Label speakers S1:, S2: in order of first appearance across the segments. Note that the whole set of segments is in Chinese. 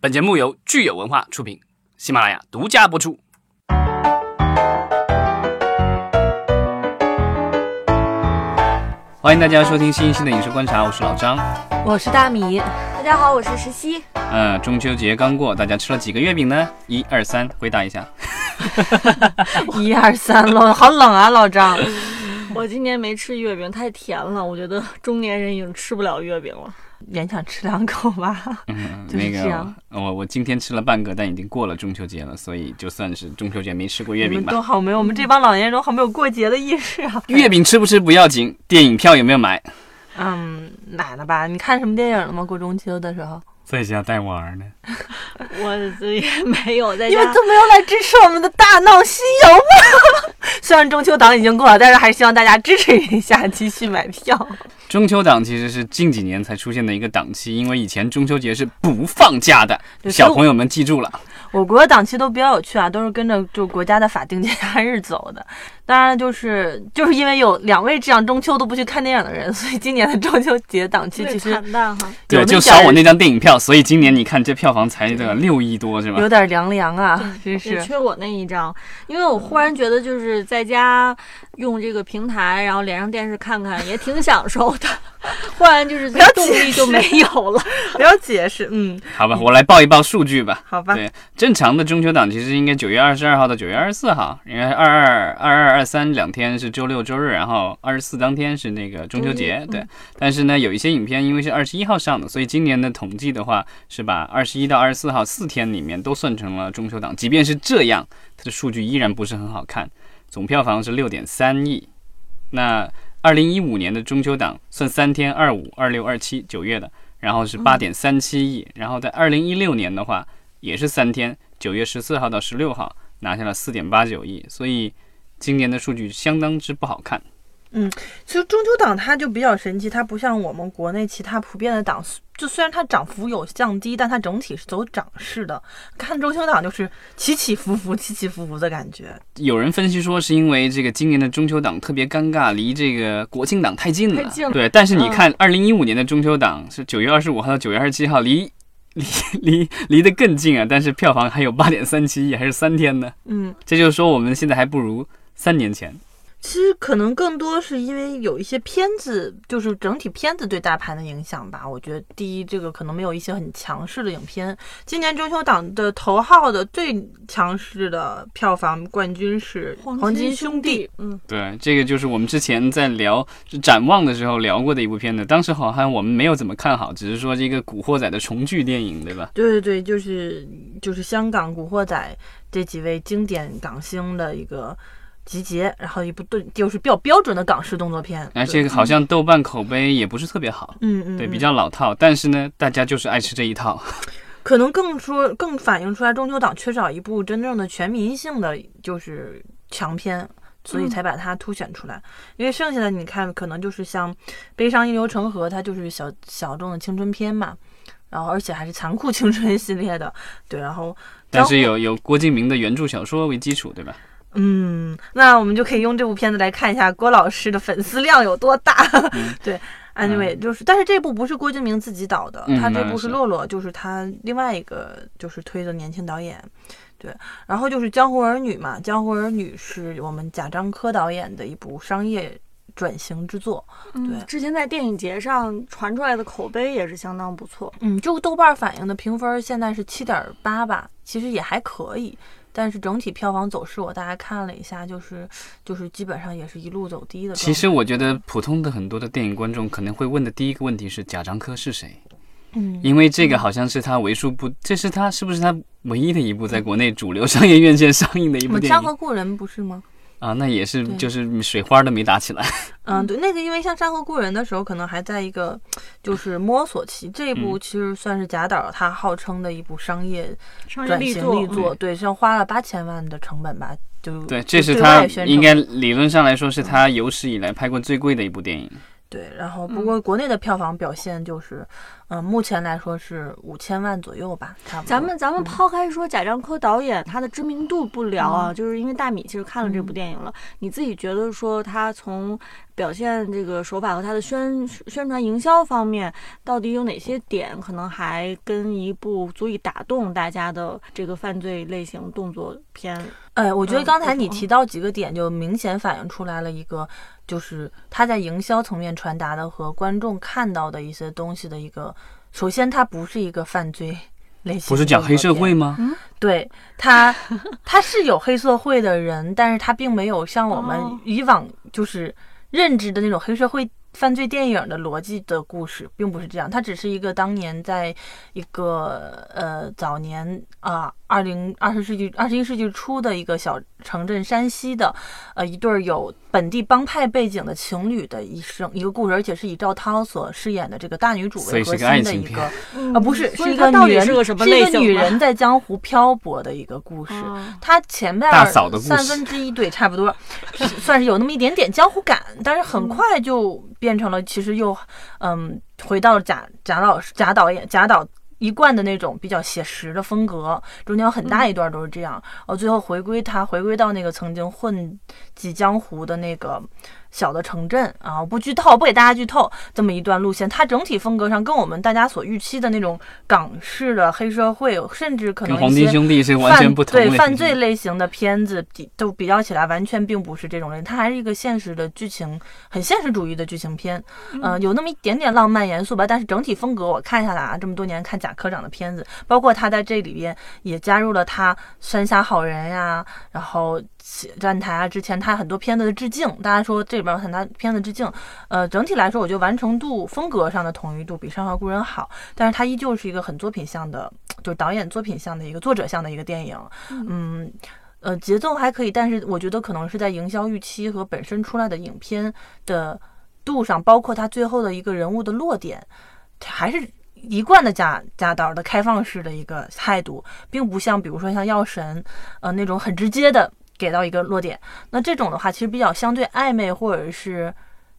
S1: 本节目由聚友文化出品，喜马拉雅独家播出。欢迎大家收听新一期的《影视观察》，我是老张。
S2: 我是大米，
S3: 大家好，我是石溪。
S1: 嗯，中秋节刚过，大家吃了几个月饼呢？一二三，回答一下。
S2: 一二三冷，好冷啊，老 张。
S3: 我今年没吃月饼，太甜了，我觉得中年人已经吃不了月饼了。
S2: 勉强吃两口吧。
S1: 嗯，
S2: 就是
S1: 那
S2: 这
S1: 个
S2: 样
S1: 我我今天吃了半个，但已经过了中秋节了，所以就算是中秋节没吃过月
S2: 你
S1: 饼
S2: 们
S1: 吧。
S2: 都好没有，我们这帮老年人都好没有过节的意识啊。
S1: 月饼吃不吃不要紧，电影票有没有买？
S2: 嗯，买了吧？你看什么电影了吗？过中秋的时候，
S1: 在家带娃儿呢。
S3: 我这也没有在
S1: 哎
S2: 你
S3: 家
S2: 们，怎么又来支持我们的大闹西游吗？ 虽然中秋档已经过了，但是还是希望大家支持一下，继续买票。
S1: 中秋档其实是近几年才出现的一个档期，因为以前中秋节是不放假的，
S2: 对
S1: 小朋友们记住了。
S2: 我国的档期都比较有趣啊，都是跟着就国家的法定节假日走的。当然，就是就是因为有两位这样中秋都不去看电影的人，所以今年的中秋节档期其
S3: 略
S2: 实
S3: 惨淡 哈。
S1: 对，
S2: 有的
S1: 就
S2: 假
S1: 少我
S2: 日
S1: 那张电影票，所以今年你看这票房才这个六亿多是吧
S2: 有？点凉凉啊，真
S3: 只
S2: 是。
S3: 缺我那一张，因为我忽然觉得就是在家用这个平台，然后连上电视看看，也挺享受 的。忽然就是
S2: 不要
S3: 动
S2: 解
S3: 力就
S2: 释
S3: 没有 了。
S2: 不要解释，嗯，
S1: 好吧，我来报一报数据吧。
S2: 好吧
S1: 对正常的中秋档其实应该九月二十二号到九月二十四号，因为二二二二二三两天是周六周日，然后二十四当天是那个中秋节
S3: 周日。
S1: 对，但是呢，有一些影片因为是二十一号上的，所以今年的统计的话是把二十一到二十四号四天里面都算成了中秋档。即便是这样，它的数据依然不是很好看，总票房是六点三亿。那二零一五年的中秋档算三天，二五、二六、二七，九月的，然后是八点三七亿。然后在二零一六年的话，也是三天，九月十四号到十六号拿下了四点八九亿，所以今年的数据相当之不好看。
S2: 其实中秋档它就比较神奇，它不像我们国内其他普遍的档，就虽然它涨幅有降低，但它整体是走涨势的。看中秋档就是起起伏伏、起起伏伏的感觉。
S1: 有人分析说，是因为这个今年的中秋档特别尴尬，离这个国庆档太近了。
S3: 太近了嗯
S1: 对，但是你看，二零一五年的中秋档是九月二十五号到九月二十七号，离离离离得更近啊，但是票房还有八点三七亿，还是三天呢。
S2: 嗯，
S1: 这就是说，我们现在还不如三年前。
S2: 其实可能更多是因为有一些片子，就是整体片子对大盘的影响吧。我觉得第一，这个可能没有一些很强势的影片。今年中秋档的头号的最强势的票房冠军是《黄金兄弟》，，
S3: 嗯，
S1: 对，这个就是我们之前在聊就展望的时候聊过的一部片子，当时好像我们没有怎么看好，只是说这个《古惑仔》的重聚电影，对吧？
S2: 对对对，就是就是香港古惑仔这几位经典港星的一个集结，然后一部对就是比较标准的港式动作片，
S1: 而且
S2: 对
S1: 好像豆瓣口碑也不是特别好，
S2: 嗯嗯，
S1: 哎对，
S2: 嗯
S1: 比较老套，但是呢，大家就是爱吃这一套。
S2: 可能更说更反映出来中秋档缺少一部真正的全民性的就是强片。所以才把它凸显出来，因为剩下的你看，可能就是像《悲伤一流成河》，它就是小小众的青春片嘛，然后而且还是残酷青春系列的，对，然后
S1: 但是有有郭敬明的原著小说为基础，对吧？
S2: 嗯，那我们就可以用这部片子来看一下郭老师的粉丝量有多大。
S1: 嗯
S2: 对，anyway，、就是，但是这部不是郭敬明自己导的，
S1: 嗯
S2: 他这
S1: 那
S2: 部
S1: 是
S2: 是洛洛，就是他另外一个就是推的年轻导演。对，然后就是《江湖儿女》嘛，《江湖儿女》是我们贾樟柯导演的一部商业转型之作。对
S3: 嗯，之前在电影节上传出来的口碑也是相当不错。
S2: 嗯，就豆瓣反映的评分现在是七点八吧，其实也还可以，但是整体票房走势我大概看了一下，就是就是基本上也是一路走低的状态。
S1: 其实我觉得普通的很多的电影观众可能会问的第一个问题是贾樟柯是谁？
S2: 嗯，
S1: 因为这个好像是他为数不，这是他是不是他唯一的一部在国内主流商业院线上映的一
S2: 什
S1: 部
S2: 么《
S1: 电
S2: 山
S1: 影
S2: 河故人》不是吗？
S1: 啊？那也是
S2: 对
S1: 就是水花都没打起来。
S2: 嗯，对，那个因为像《山河故人》的时候，可能还在一个就是摸索期。这一
S1: 嗯
S2: 部其实算是贾导他号称的一部商业
S3: 商业
S2: 转
S3: 力
S2: 型
S3: 作，嗯
S2: 力作，对，是要花了八千万的成本吧？就
S1: 对，
S2: 就
S1: 这是
S2: 对
S1: 他
S2: 外宣
S1: 应
S2: 传
S1: 该理论上来说是他有史以来拍过最贵的一不电影。
S3: 嗯
S2: 对。然后不过国内的票房表现就是，嗯、目前来说是五千万左右吧，差不多。
S3: 咱们咱们抛开说贾樟柯导演他的知名度不聊啊，就是因为大米其实看了这部电影了，你自己觉得说他从表现这个手法和他的宣宣传营销方面，到底有哪些点可能还跟一部足以打动大家的这个犯罪类型动作片？
S2: 哎，我觉得
S3: 嗯
S2: 刚才
S3: 不
S2: 你
S3: 同
S2: 提到几个点，就明显反映出来了一个，就是他在营销层面传达的和观众看到的一些东西的一个。首先，它不是一个犯罪类型，
S1: 不是讲黑社会？吗？
S2: 嗯对他，他是有黑社会的人，但是他并没有像我们
S3: 哦
S2: 以往就是认知的那种黑社会犯罪电影的逻辑的故事，并不是这样。他只是一个当年在一个呃早年啊二零二十世纪二十一世纪初的一个小城镇山西的呃一对儿有本地帮派背景的情侣的一生一个故事，而且是以赵涛所饰演的这个大女主
S1: 所以
S2: 为
S1: 是
S2: 核
S1: 个爱
S2: 心的
S1: 情
S2: 一
S1: 片
S2: 个。
S3: 嗯
S2: 啊，不是，
S3: 所
S2: 是
S3: 以
S2: 一
S3: 它
S2: 个
S3: 到
S2: 女
S3: 底
S2: 人，
S3: 是个什么
S2: 是
S3: 类
S2: 一个
S3: 型
S2: 女
S3: 吧
S2: 人在江湖漂泊的一个故事。
S3: 哦
S2: 它前面
S1: 大嫂的故
S2: 三
S1: 事
S2: 分之一对，差不多，是算是有那么一点点江湖感，但是很快就变成了，其实又嗯，回到贾贾老师、贾导演、贾导一贯的那种比较写实的风格，中间有很大一段都是这样。哦，最后回归他，回归到那个曾经混迹江湖的那个小的城镇啊，我不剧透，不给大家剧透这么一段路线。它整体风格上跟我们大家所预期的那种港式的黑社会，甚至可
S1: 跟
S2: 能
S1: 黄
S2: 一
S1: 金
S2: 些
S1: 兄弟是完
S2: 犯
S1: 全不同的
S2: 对犯罪类型的片子比都比较起来，完全并不是这种类，它还是一个现实的剧情，很现实主义的剧情片，嗯、有那么一点点浪漫元素吧，但是整体风格我看下来啊，这么多年看贾科长的片子，包括他在这里边也加入了他山下好人呀、然后站台啊，之前他很多片子的致敬，大家说这里边有很大片子致敬，呃，整体来说，我觉得完成度、风格上的统一度比《山河故人》好，但是它依旧是一个很作品向的，就是导演作品向的一个作者向的一个电影，嗯。呃，节奏还可以，但是我觉得可能是在营销预期和本身出来的影片的度上，包括它最后的一个人物的落点，还是一贯的贾贾导的开放式的一个态度，并不像比如说像《药神》呃那种很直接的给到一个落点。那这种的话，其实比较相对暧昧或者是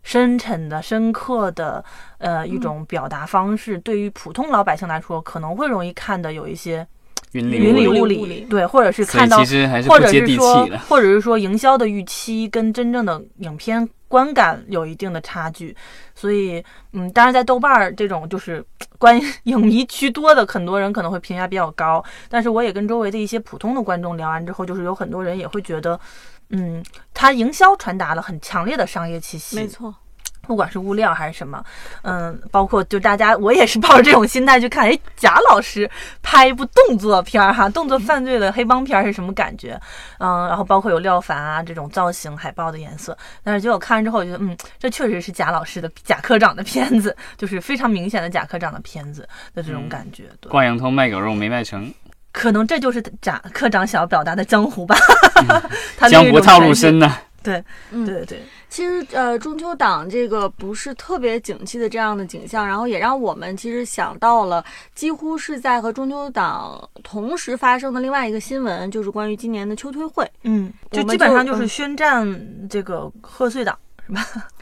S2: 深沉的、深刻的呃一种表达方式，对于普通老百姓来说，可能会容易看的有一些
S1: 云
S2: 云
S1: 里
S2: 里
S1: 雾
S3: 雾
S1: 里，
S2: 雾
S3: 里
S2: 里，对，或者是
S1: 所以
S2: 看到
S1: 其实还是
S2: 或
S1: 不
S2: 者
S1: 接
S2: 是
S1: 地
S2: 说
S1: 气了。，
S2: 或者是说营销的预期跟真正的影片观感有一定的差距，所以，嗯，当然在豆瓣儿这种就是 关于影迷居多的，很多人可能会评价比较高，但是我也跟周围的一些普通的观众聊完之后，就是有很多人也会觉得，嗯，它营销传达了很强烈的商业气息，
S3: 没错，
S2: 不管是物料还是什么，嗯，包括就大家，我也是抱着这种心态去看，哎，贾老师拍一部动作片儿哈，动作犯罪的黑帮片儿是什么感觉？嗯，然后包括有廖凡啊这种造型、海报的颜色，但是结果看完之后，我觉得，嗯，这确实是贾老师的贾科长的片子， 就是非常明显的贾科长的片子的这种
S1: 嗯
S2: 感觉，对。
S1: 挂羊头卖狗肉没卖成，
S2: 可能这就是贾科长想要表达的江湖吧， 他
S1: 嗯
S2: 的
S1: 江
S2: 那
S1: 湖
S2: 种
S1: 套
S2: 传
S1: 路
S2: 递，
S1: 深呐、
S3: 嗯，
S2: 对对对，
S3: 其实呃，中秋档这个不是特别景气的这样的景象，然后也让我们其实想到了，几乎是在和中秋档同时发生的另外一个新闻，就是关于今年的秋推会。
S2: 嗯，就
S3: 我们
S2: 基本
S3: 就
S2: 上就是
S3: 嗯
S2: 宣战这个贺岁档，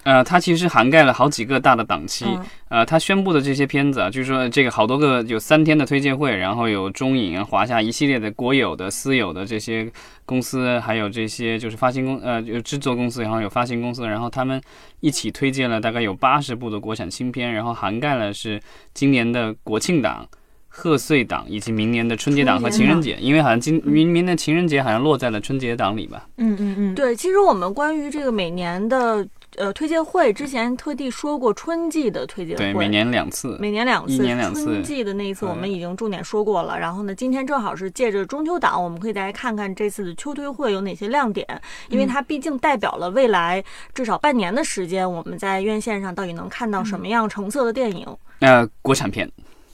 S1: 呃，它其实涵盖了好几个大的档期。
S2: 嗯
S1: 呃，它宣布的这些片子啊，据说这个好多个有三天的推介会，然后有中影、啊、华夏一系列的国有的、私有的这些公司，还有这些就是发行公呃有制作公司，然后有发行公司，然后他们一起推荐了大概有八十部的国产新片，然后涵盖了是今年的国庆档。贺岁档以及明年的春节档和
S3: 春节
S1: 情人
S3: 档
S1: 节，因为好像今明年的情人节好像落在了春节档里吧？
S2: 嗯嗯嗯，
S3: 对，其实我们关于这个每年的呃推介会之前特地说过春季的推介会，
S1: 对，每年两次。
S3: 每年两次，
S1: 一年两次嗯
S3: 春季的那一次我们已经重点说过了。然后呢，今天正好是借着中秋档，我们可以来看看这次的秋推会有哪些亮点，因为
S1: 嗯
S3: 它毕竟代表了未来至少半年的时间，我们在院线上到底能看到什么样成色的电影。
S1: 呃，国产片。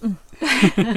S3: 嗯，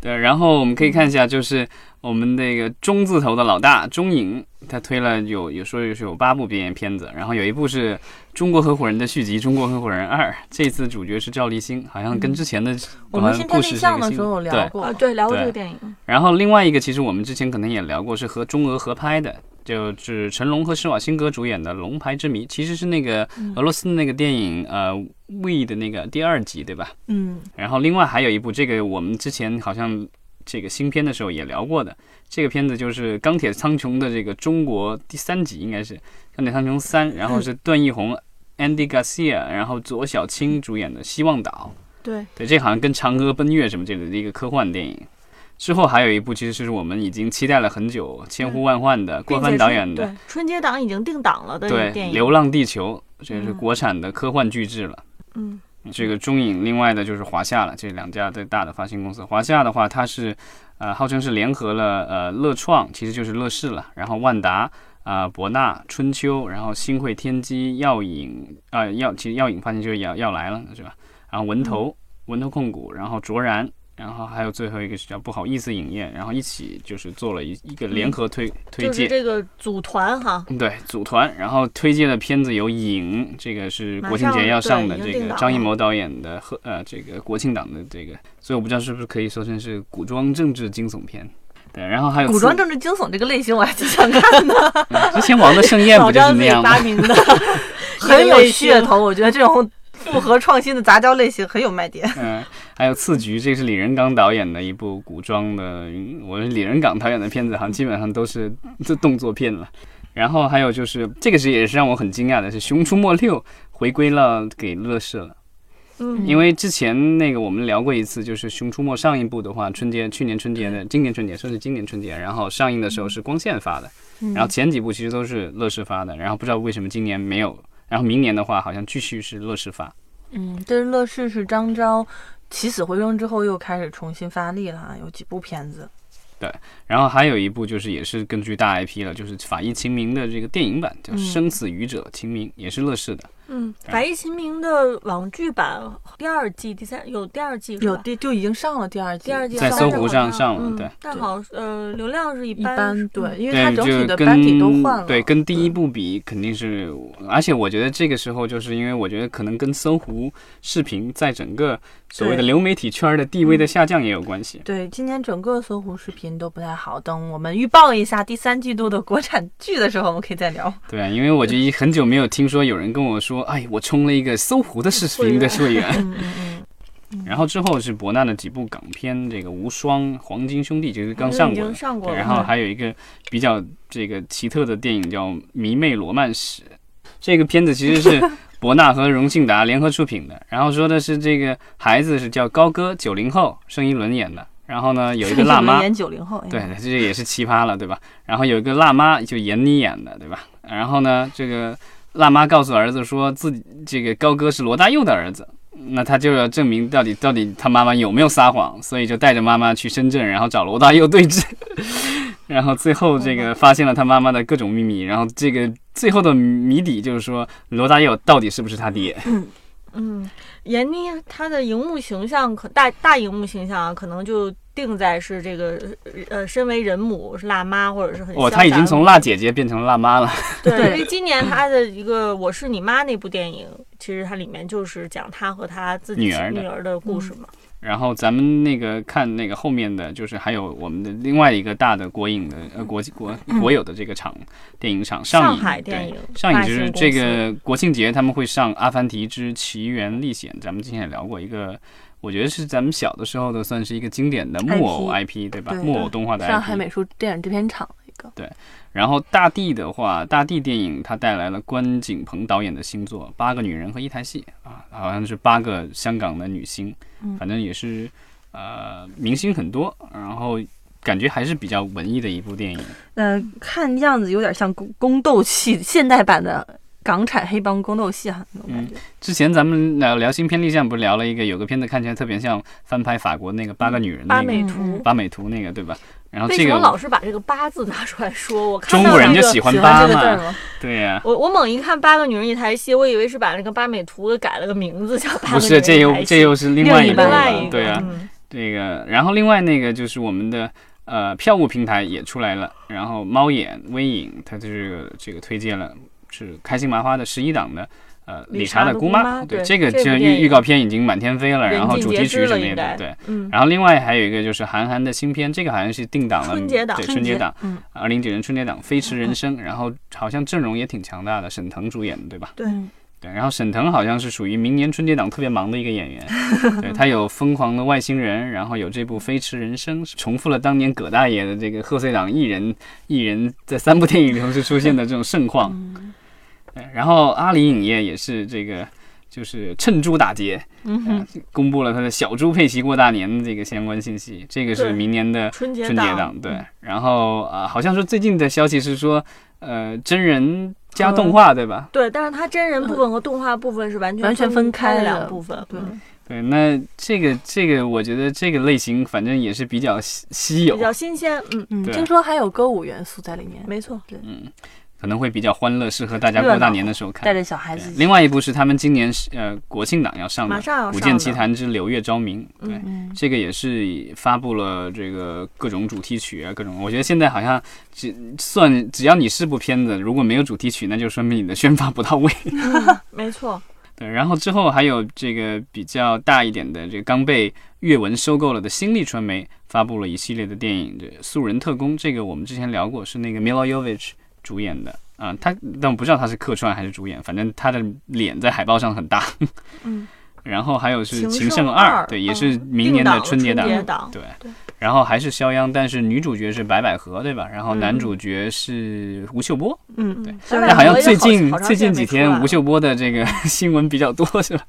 S1: 对。然后我们可以看一下，就是我们那个中字头的老大中影，他推了有有说是有八部片片子，然后有一部是《中国合伙人》的续集《中国合伙人二》，这次主角是赵立新，好像跟之前的、
S2: 我
S1: 好
S2: 们
S1: 像
S2: 新
S1: 故
S2: 看
S1: 事
S2: 对
S1: 是一
S2: 象
S1: 个
S2: 的
S1: 新
S2: 时候聊
S1: 对。
S2: 过，
S3: 啊，对，聊过这
S1: 嗯对
S3: 个电影，
S1: 然后另外一个，其实我们之前可能也聊过，是和中俄合拍的，就是成龙和施瓦辛格主演的《龙牌之谜》，其实是那个俄罗斯的那个电影呃《We》的那个第二集，对吧？
S2: 嗯，
S1: 然后另外还有一部，这个我们之前好像这个新片的时候也聊过的，这个片子就是《钢铁苍穹》的这个中国第三集，应该是《钢铁苍穹三》，
S3: 嗯
S1: 然后是段奕宏、Andy Garcia，然后左小青主演的《希望岛》。
S3: 对，
S1: 对，这好像跟《嫦娥奔月》什么这类的一个科幻电影。之后还有一部，其实就是我们已经期待了很久、千呼万唤的郭
S3: 并且
S1: 帆
S3: 是
S1: 导演的
S3: 对春节档已经定档了的一
S1: 对
S3: 个
S1: 《
S3: 电
S1: 流
S3: 影，
S1: 浪地球》，这是
S3: 嗯
S1: 国产的科幻巨制了。
S3: 嗯，
S1: 这个中影，另外的就是华夏了，这两家最大的发行公司。华夏的话，它是呃号称是联合了呃乐创，其实就是乐视了，然后万达啊、博纳、春秋，然后新会天机、药影啊、药其实药影发行就是药药来了是吧？然后文
S3: 嗯
S1: 投、文投控股，然后卓然。然后还有最后一个是叫不好意思影业，然后一起就是做了一一个联合推、推
S3: 嗯就是
S1: 介，
S3: 这个组团哈，
S1: 对，组团，然后推荐的片子有《影》，这个是国庆节要上的，
S3: 马上
S1: 这
S3: 对已经定
S1: 个
S3: 档了
S1: 张艺谋导演的和呃这个国庆档的这个，所以我不知道是不是可以说成是古装政治惊悚片。对，然后还有
S2: 古装
S1: 刺
S2: 政治惊悚这个类型我还挺想看的，
S1: 之前《王的盛 宴》
S3: 老
S1: 不就
S3: 张
S1: 是
S3: 自
S1: 那
S3: 己
S1: 样吗
S3: 发？明的，
S2: 很有噱头。我觉得这种复合创新的杂交类型很有卖点。
S1: 嗯， 还有《刺菊》，这个是李仁港导演的一部古装的，嗯我觉得李仁港导演的片子好像基本上都是这动作片了。然后还有就是，这个是也是让我很惊讶的，是《熊出没六》回归了给乐视了。
S3: 嗯，
S1: 因为之前那个我们聊过一次，就是《熊出没》上一部的话，春节去年春节的，今年春节算是今年春节，然后上映的时候是光线发的，然后前几部其实都是乐视发的，然后不知道为什么今年没有，然后明年的话好像继续是乐视发，
S2: 嗯，这是乐视是张昭起死回生之后又开始重新发力了哈，有几部片子。
S1: 然后还有一部就是也是根据大 IP 了，就是《法医秦明》的这个电影版叫
S2: 嗯
S1: 《生死与者秦明》，也是乐视的，
S3: 嗯，《法医秦明》的网剧版第二季、第三有第二季是
S2: 有
S3: 吧？
S2: 第就已经上了第二季，
S3: 第二季
S1: 在
S3: 上
S1: 搜
S3: 了
S1: 狐
S3: 好
S1: 上上
S3: 像
S1: 了
S3: 嗯
S1: 对
S3: 但好呃流量是一
S2: 一
S3: 般
S2: 般
S3: 是
S2: 对，
S3: 嗯
S2: 因为它
S1: 对，哎
S2: 整
S1: 就
S2: 体的
S1: 跟
S2: 班底都换了，
S1: 对，跟第一部比肯定是，而且我觉得这个时候就是因为我觉得可能跟搜狐视频在整个所谓的
S2: 对嗯
S1: 流媒体圈儿的地位的下降也有关系。
S2: 对，今年整个搜狐视频都不太好。等我们预报一下第三季度的国产剧的时候，我们可以再聊。
S1: 对啊，因为我就已很久没有听说有人跟我说，哎，我充了一个搜狐的视频的会 员。
S2: 嗯嗯嗯，
S1: 然后之后是博纳的几部港片，这个《无双》《黄金兄弟》就是
S3: 好
S1: 刚
S3: 像
S1: 上
S3: 已
S1: 过的
S2: 嗯
S1: 嗯
S3: 经，上过
S1: 对，
S3: 了，嗯
S1: 然后还有一个比较这个奇特的电影叫《迷妹罗曼史》，这个片子其实 是博纳和荣信达联合出品的，然后说的是这个孩子是叫高歌，九零后，盛一伦演的，然后呢有一 个辣妈，
S2: 演九零后，哎
S1: 对，这也是奇葩了，对吧？然后有一个辣妈，就闫妮演的，对吧？然后呢，这个辣妈告诉儿子说自己这个高歌是罗大佑的儿子，那他就要证明到底到底他妈妈有没有撒谎，所以就带着妈妈去深圳，然后找罗大佑对峙， 然后最后这个发现了他妈妈的各种秘密，然后这个最后的谜底就是说罗大佑到底是不是他爹？
S3: 嗯，闫妮她的荧幕形象可大大荧幕形象啊，可能就定在是这个呃，身为人母是辣妈或者是很
S1: 哦，
S3: 潇
S1: 他已
S3: 洒
S1: 经
S3: 的
S1: 从辣姐姐变成了辣妈了，
S3: 对，因
S2: 对
S3: 为今年她的一个《我是你妈》那部电影，其实它里面就是讲她和她自己
S1: 女儿的嗯
S3: 女儿的故事嘛。
S1: 然后咱们那个看那个后面的就是还有我们的另外一个大的国影的呃国际国国有的这个厂电影厂上影
S3: 上海
S1: 对
S3: 电影
S1: 上影就是
S3: 大
S1: 这
S3: 型公司
S1: 个国庆节他们会上《阿凡提之奇缘历险》，咱们之前也聊过一个，我觉得是咱们小的时候的算是一个经典的木偶 IP 对吧？
S2: 对
S1: 木偶动画的 IP。
S2: 上海美术电影制片厂的一个，
S1: 然后大地的话，大地电影它带来了关锦鹏导演的新作《八个女人和一台戏》啊，好像是八个香港的女星，
S3: 嗯
S1: 反正也是呃明星很多，然后感觉还是比较文艺的一部电影。
S2: 那看样子有点像宫宫斗戏，现代版的港产黑帮宫斗戏哈，那种感觉。
S1: 之前咱们聊聊新片立项，不是聊了一个有个片子看起来特别像翻拍法国那个《八个女人》
S3: 八
S1: 那个
S3: 美
S2: 嗯
S3: 图
S2: 嗯，
S1: 八美图那个对吧？然后
S3: 为
S1: 这
S3: 什么老
S1: 个
S3: 是把这个“八”字拿出来说？我看
S1: 中
S3: 到
S1: 国人
S3: 那
S1: 就
S3: 个
S1: 喜欢
S2: 喜
S1: 八
S2: 欢这个字儿
S1: 嘛，
S2: 吗？
S1: 对啊呀、
S3: 我我猛一看《八个女人一台戏》，我以为是把那个八美图给改了个名字叫《八个
S1: 不是，这
S3: 女人一
S1: 又
S3: 台戏
S1: 这又是另外一
S2: 另
S1: 部
S3: 另外
S1: 了
S3: 一，个
S1: 对啊呀、
S3: 嗯
S1: 这个，然后另外那个就是我们的呃票务平台也出来了，然后猫眼、微影，它这个这个推荐了是开心麻花的十一档的呃，
S3: 理
S1: 理查
S3: 查
S1: 的
S3: 的
S1: 姑
S3: 姑
S1: 妈，
S3: 妈
S1: 对，
S3: 对
S1: 这个
S3: 这
S1: 就
S3: 部电
S1: 预
S3: 影
S1: 预告片已经满天飞了，
S3: 人
S1: 然后
S3: 尽
S1: 主
S3: 皆
S1: 题
S3: 知
S1: 曲
S3: 了
S1: 什么
S3: 应
S1: 也
S3: 该
S1: 都对。
S3: 嗯，
S1: 然后另外还有一个就是韩寒的新片，这个好像是定档了，
S3: 春节档
S1: 对
S3: 春
S1: 春节
S3: 节
S1: 档
S2: 嗯，
S1: 二零九年春节档《飞驰人 生》，然后好像阵容也挺强大的，沈腾主演的对吧？
S2: 对，
S1: 对，然后沈腾好像是属于明年春节档特别忙的一个演员，对他有《疯狂的外星人》，然后有这部《飞驰人生》，重复了当年葛大爷的这个贺岁档艺人艺人在三部电影里同时出现的这种盛况。
S3: 嗯
S1: 对，然后阿里影业也是这个就是趁猪打劫，嗯、公布了他的小猪佩奇过大年的这个相关信息，这个是
S3: 对
S1: 明年的
S3: 春节嗯
S1: 春节档，对。然后啊、好像说最近的消息是说，呃，真人加
S3: 嗯
S1: 动画，对吧？
S3: 对，但是它真人部分和动画部分是完全
S2: 完全分开
S3: 开
S2: 的
S3: 两部分，
S2: 对
S3: 嗯
S1: 对，那这个这个，我觉得这个类型反正也是比较稀稀有
S3: 比，较新鲜，嗯，
S2: 嗯，
S1: 对
S2: 听说还有歌舞元素在里面，
S3: 没错，
S1: 嗯，可能会比较欢乐，适合大家过大年的时候
S2: 带
S1: 看。
S2: 着小孩
S1: 对
S2: 子一起。
S1: 另外一部是他们今年是呃国庆档要上的
S3: 马上要
S1: 《
S3: 上
S1: 古
S3: 的
S1: 剑奇谭之柳月昭明》，对，
S2: 嗯，
S1: 这个也是发布了这个各种主题曲啊，各种。我觉得现在好像只算只要你是部片子，如果没有主题曲，那就说明你的宣发不到位。
S3: 没错，
S1: 对，然后之后还有这个比较大一点的，这个刚被阅文收购了的新力传媒发布了一系列的电影，这《素人特工》这个我们之前聊过，是那个 Mila Jovovich 主演的啊、他但我不知道他是客串还是主演，反正他的脸在海报上很大。
S3: 嗯，
S1: 然后还有是《
S3: 情
S1: 情
S3: 圣
S1: 圣
S3: 二
S1: 对，
S3: 嗯
S1: 也是明年的春节
S3: 档
S1: 档。
S3: 春节档
S1: 对，然后还是肖央，但是女主角是白百合，对吧？然后男
S3: 嗯
S1: 主角是吴秀波。
S2: 嗯
S1: 对
S3: 咱
S1: 那
S3: 俩
S1: 好像
S3: 隔一个
S1: 最近
S3: 好长
S1: 最
S3: 时间
S1: 近几
S3: 没出来
S1: 天吴
S3: 了
S1: 秀波的这个新闻比较多，是吧？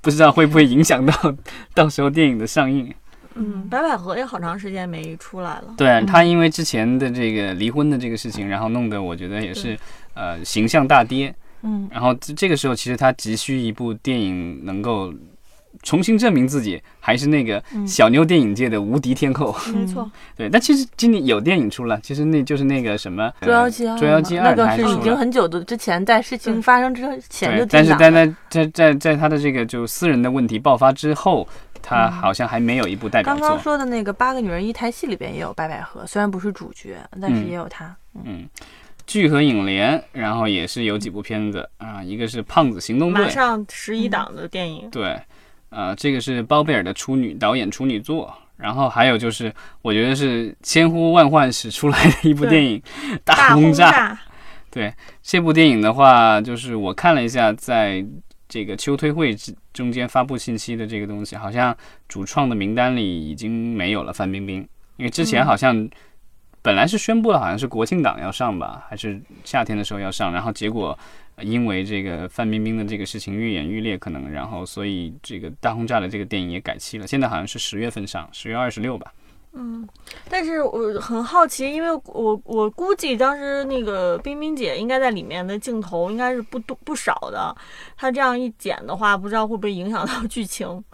S1: 不知道会不会影响到到时候电影的上映？
S3: 嗯，白百合也好长时间没出来了，
S1: 对啊他，因为之前的这个离婚的这个事情，然后弄得我觉得也是呃形象大跌。
S2: 嗯，
S1: 然后这这个时候，其实他急需一部电影能够重新证明自己，还是那个
S2: 嗯
S1: 小妞电影界的无敌天后。
S3: 没错，
S1: 对，但其实今年有电影出了，其实那就是那个什么《
S2: 捉妖记二，
S1: 捉妖记二》
S2: 那个
S1: 还
S2: 是
S1: 出
S2: 已
S1: 了嗯
S2: 经很久的之前，在事情发生之前
S1: 对，
S2: 就
S1: 但
S2: 定
S1: 是
S2: 档
S1: 在
S2: 了。
S1: 在在在在他的这个就私人的问题爆发之后，他好像还没有一部代表
S2: 刚
S1: 作。
S2: 刚说的那个《八个女人一台戏》里边也有白百合，虽然不是主角，但是
S1: 嗯
S2: 也有她。嗯
S1: 嗯，聚合影联，然后也是有几部片子啊、一个是《胖子行动队
S3: 马》，上十一档的电影，
S1: 对，呃，这个是包贝尔的处女导演处女作。然后还有就是，我觉得是千呼万唤始出来的一部
S3: 对
S1: 电影《大
S3: 大
S1: 轰
S3: 轰
S1: 炸》。
S3: 炸，
S1: 这部电影的话，就是我看了一下，在这个秋推会之中间发布信息的这个东西，好像主创的名单里已经没有了范冰冰，因为之前好像本来是宣布了，好像是国庆档要上吧，还是夏天的时候要上，然后结果呃因为这个范冰冰的这个事情愈演愈烈，可能然后所以这个大轰炸的这个电影也改期了，现在好像是十月份上，十月二十六吧。
S3: 嗯，但是我很好奇，因为我我估计当时那个冰冰姐应该在里面的镜头应该是不多不少的，她这样一剪的话，不知道会不会影响到剧情，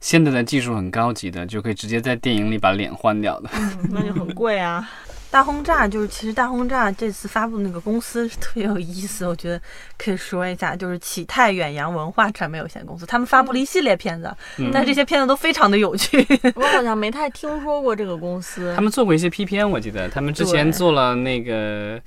S1: 现在的技术很高级的，就可以直接在电影里把脸换掉的。
S3: 嗯，那就很贵啊。
S2: 大轰炸就是，其实大轰炸这次发布的那个公司是特别有意思，我觉得可以说一下，就是启泰远洋文化传媒有限公司，他们发布了一系列片子，
S1: 嗯
S2: 但这些片子都非常的有趣。
S3: 我好像没太听说过这个公司
S1: 他，们做过一些 P 片，我记得他们之前
S2: 对
S1: 做了那个，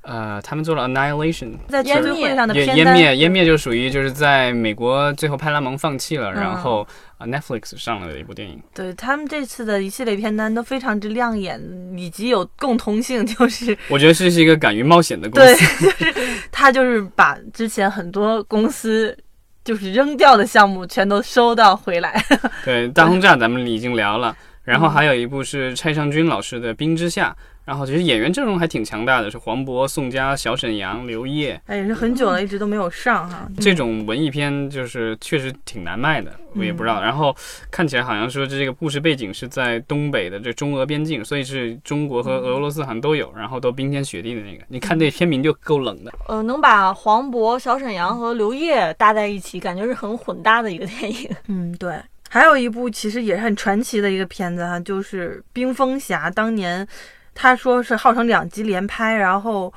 S1: 呃，他们做了 Annihilation。
S2: 在签名会上的
S1: 也
S2: 片
S1: 湮
S2: 单，
S1: 灭，湮灭就属于就是在美国最后派拉蒙放弃了，然
S2: 嗯
S1: 后啊 Netflix 上了的一部电影。
S2: 对他们这次的一系列片单都非常之亮眼，以及有共通性，就是
S1: 我觉得这是一个敢于冒险的公
S2: 对，
S1: 司。
S2: 就是他就是把之前很多公司就是扔掉的项目全都收到回来。
S1: 对，大轰炸咱们已经聊
S2: 嗯
S1: 了，然后还有一部是蔡尚君老师的《冰之下》，然后其实演员阵容还挺强大的，是黄渤、宋佳、小沈阳、刘烨
S2: 哎，也是很久了，一直都没有上哈。
S1: 这种文艺片，就是确实挺难卖的，我也不知道。
S2: 嗯
S1: 然后看起来好像说这个故事背景是在东北的这中俄边境，所以是中国和俄罗斯好像都有，然后都冰天雪地的那个。你看这片名就够冷的。
S3: 呃，能把黄渤、小沈阳和刘烨搭在一起，感觉是很混搭的一个电影。
S2: 嗯，对。还有一部其实也是很传奇的一个片子哈，就是《冰封侠》，当年他说是号称两集连拍，然后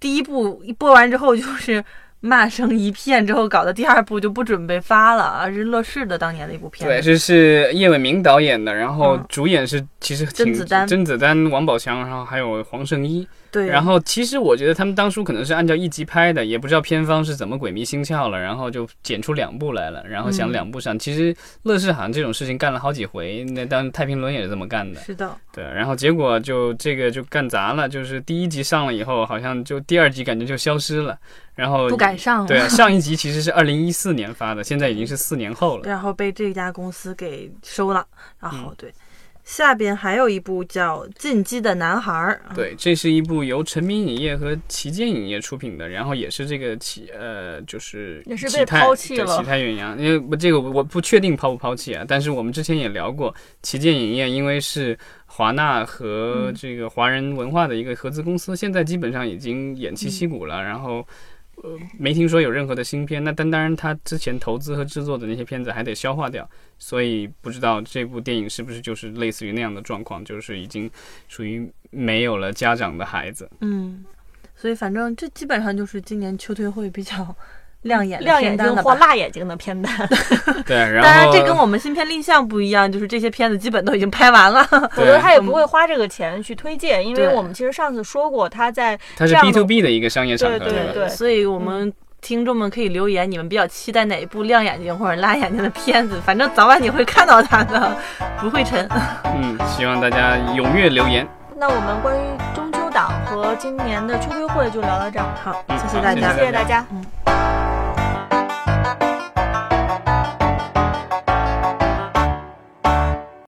S2: 第一部一播完之后就是。骂声一片之后，搞得第二部就不准备发了，而是乐视的当年的一部片
S1: 对，
S2: 子。
S1: 这是叶伟民导演的，然后
S2: 嗯
S1: 主演是其实
S2: 甄
S1: 挺
S2: 子丹
S1: 甄子丹、王宝强，然后还有黄圣依。
S2: 对，
S1: 然后其实我觉得他们当初可能是按照一集拍的，也不知道片方是怎么鬼迷心窍了，然后就剪出两部来了，然后想
S2: 嗯
S1: 两部上。其实乐视好像这种事情干了好几回，那当太平轮也是这么干的。
S2: 是的，
S1: 对，然后结果就这个就干砸了，就是第一集上了以后，好像就第二集感觉就消失了，然后
S2: 不敢上了。
S1: 对啊，上一集其实是二零一四年发的，现在已经是四年后了。
S2: 然后被这家公司给收了。然后
S1: 嗯
S2: 对，下边还有一部叫《进击的男孩》。啊，
S1: 对，这是一部由陈明影业和旗舰影业出品的，然后也是这个旗呃，就是
S3: 也是
S1: 启
S3: 被
S1: 泰
S3: 抛弃
S1: 对
S3: 了
S1: 启泰远洋，因为我这个我我不确定抛不抛弃啊，但是我们之前也聊过，旗舰影业因为是华纳和
S3: 嗯
S1: 这个华人文化的一个合资公司，现在基本上已经偃旗
S3: 嗯
S1: 息鼓了，然后。呃，没听说有任何的新片，那但当然，他之前投资和制作的那些片子还得消化掉，所以不知道这部电影是不是就是类似于那样的状况，就是已经属于没有了家长的孩子。
S2: 嗯，所以反正这基本上就是今年秋退会比较嗯亮眼的
S3: 亮
S2: 片
S3: 眼
S2: 单
S3: 睛
S2: 了
S3: 或
S2: 吧。
S3: 辣眼睛的片单，
S1: 对，然后
S2: 当然，这跟我们新片立项不一样，就是这些片子基本都已经拍完了。
S3: 否则他也不会花这个钱去推荐，因为
S2: 嗯对
S3: 我们其实上次说过，他在
S1: 它是
S3: 这样
S1: B
S3: 的
S1: to B 的一个商业场合，
S3: 对对
S1: 吧？
S3: 对
S2: 所以我们听众们可以留言，你们比较期待哪一部亮眼睛或者辣眼睛的片子？反正早晚你会看到它的，不会沉。
S1: 嗯，希望大家踊跃留言。
S3: 那我们关于中秋档和今年的秋推会就聊到这儿，
S2: 好，
S1: 嗯
S2: 谢
S1: 好
S2: 大
S1: 谢
S2: 家。
S3: 谢谢大家。